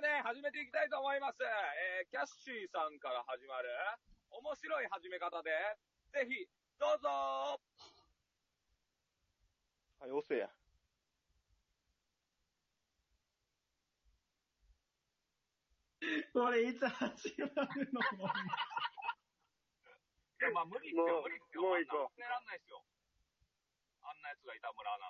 ね、始めていきたいと思います。えー、キャッシーさんから始まる、面白い始め方で、ぜひ、どうぞはよせや。これいつ始まるのもいや、まあ無理っすよ、もう無理っすよ。もう行こあうんな狙らんないっすよ。あんな奴がいた村なん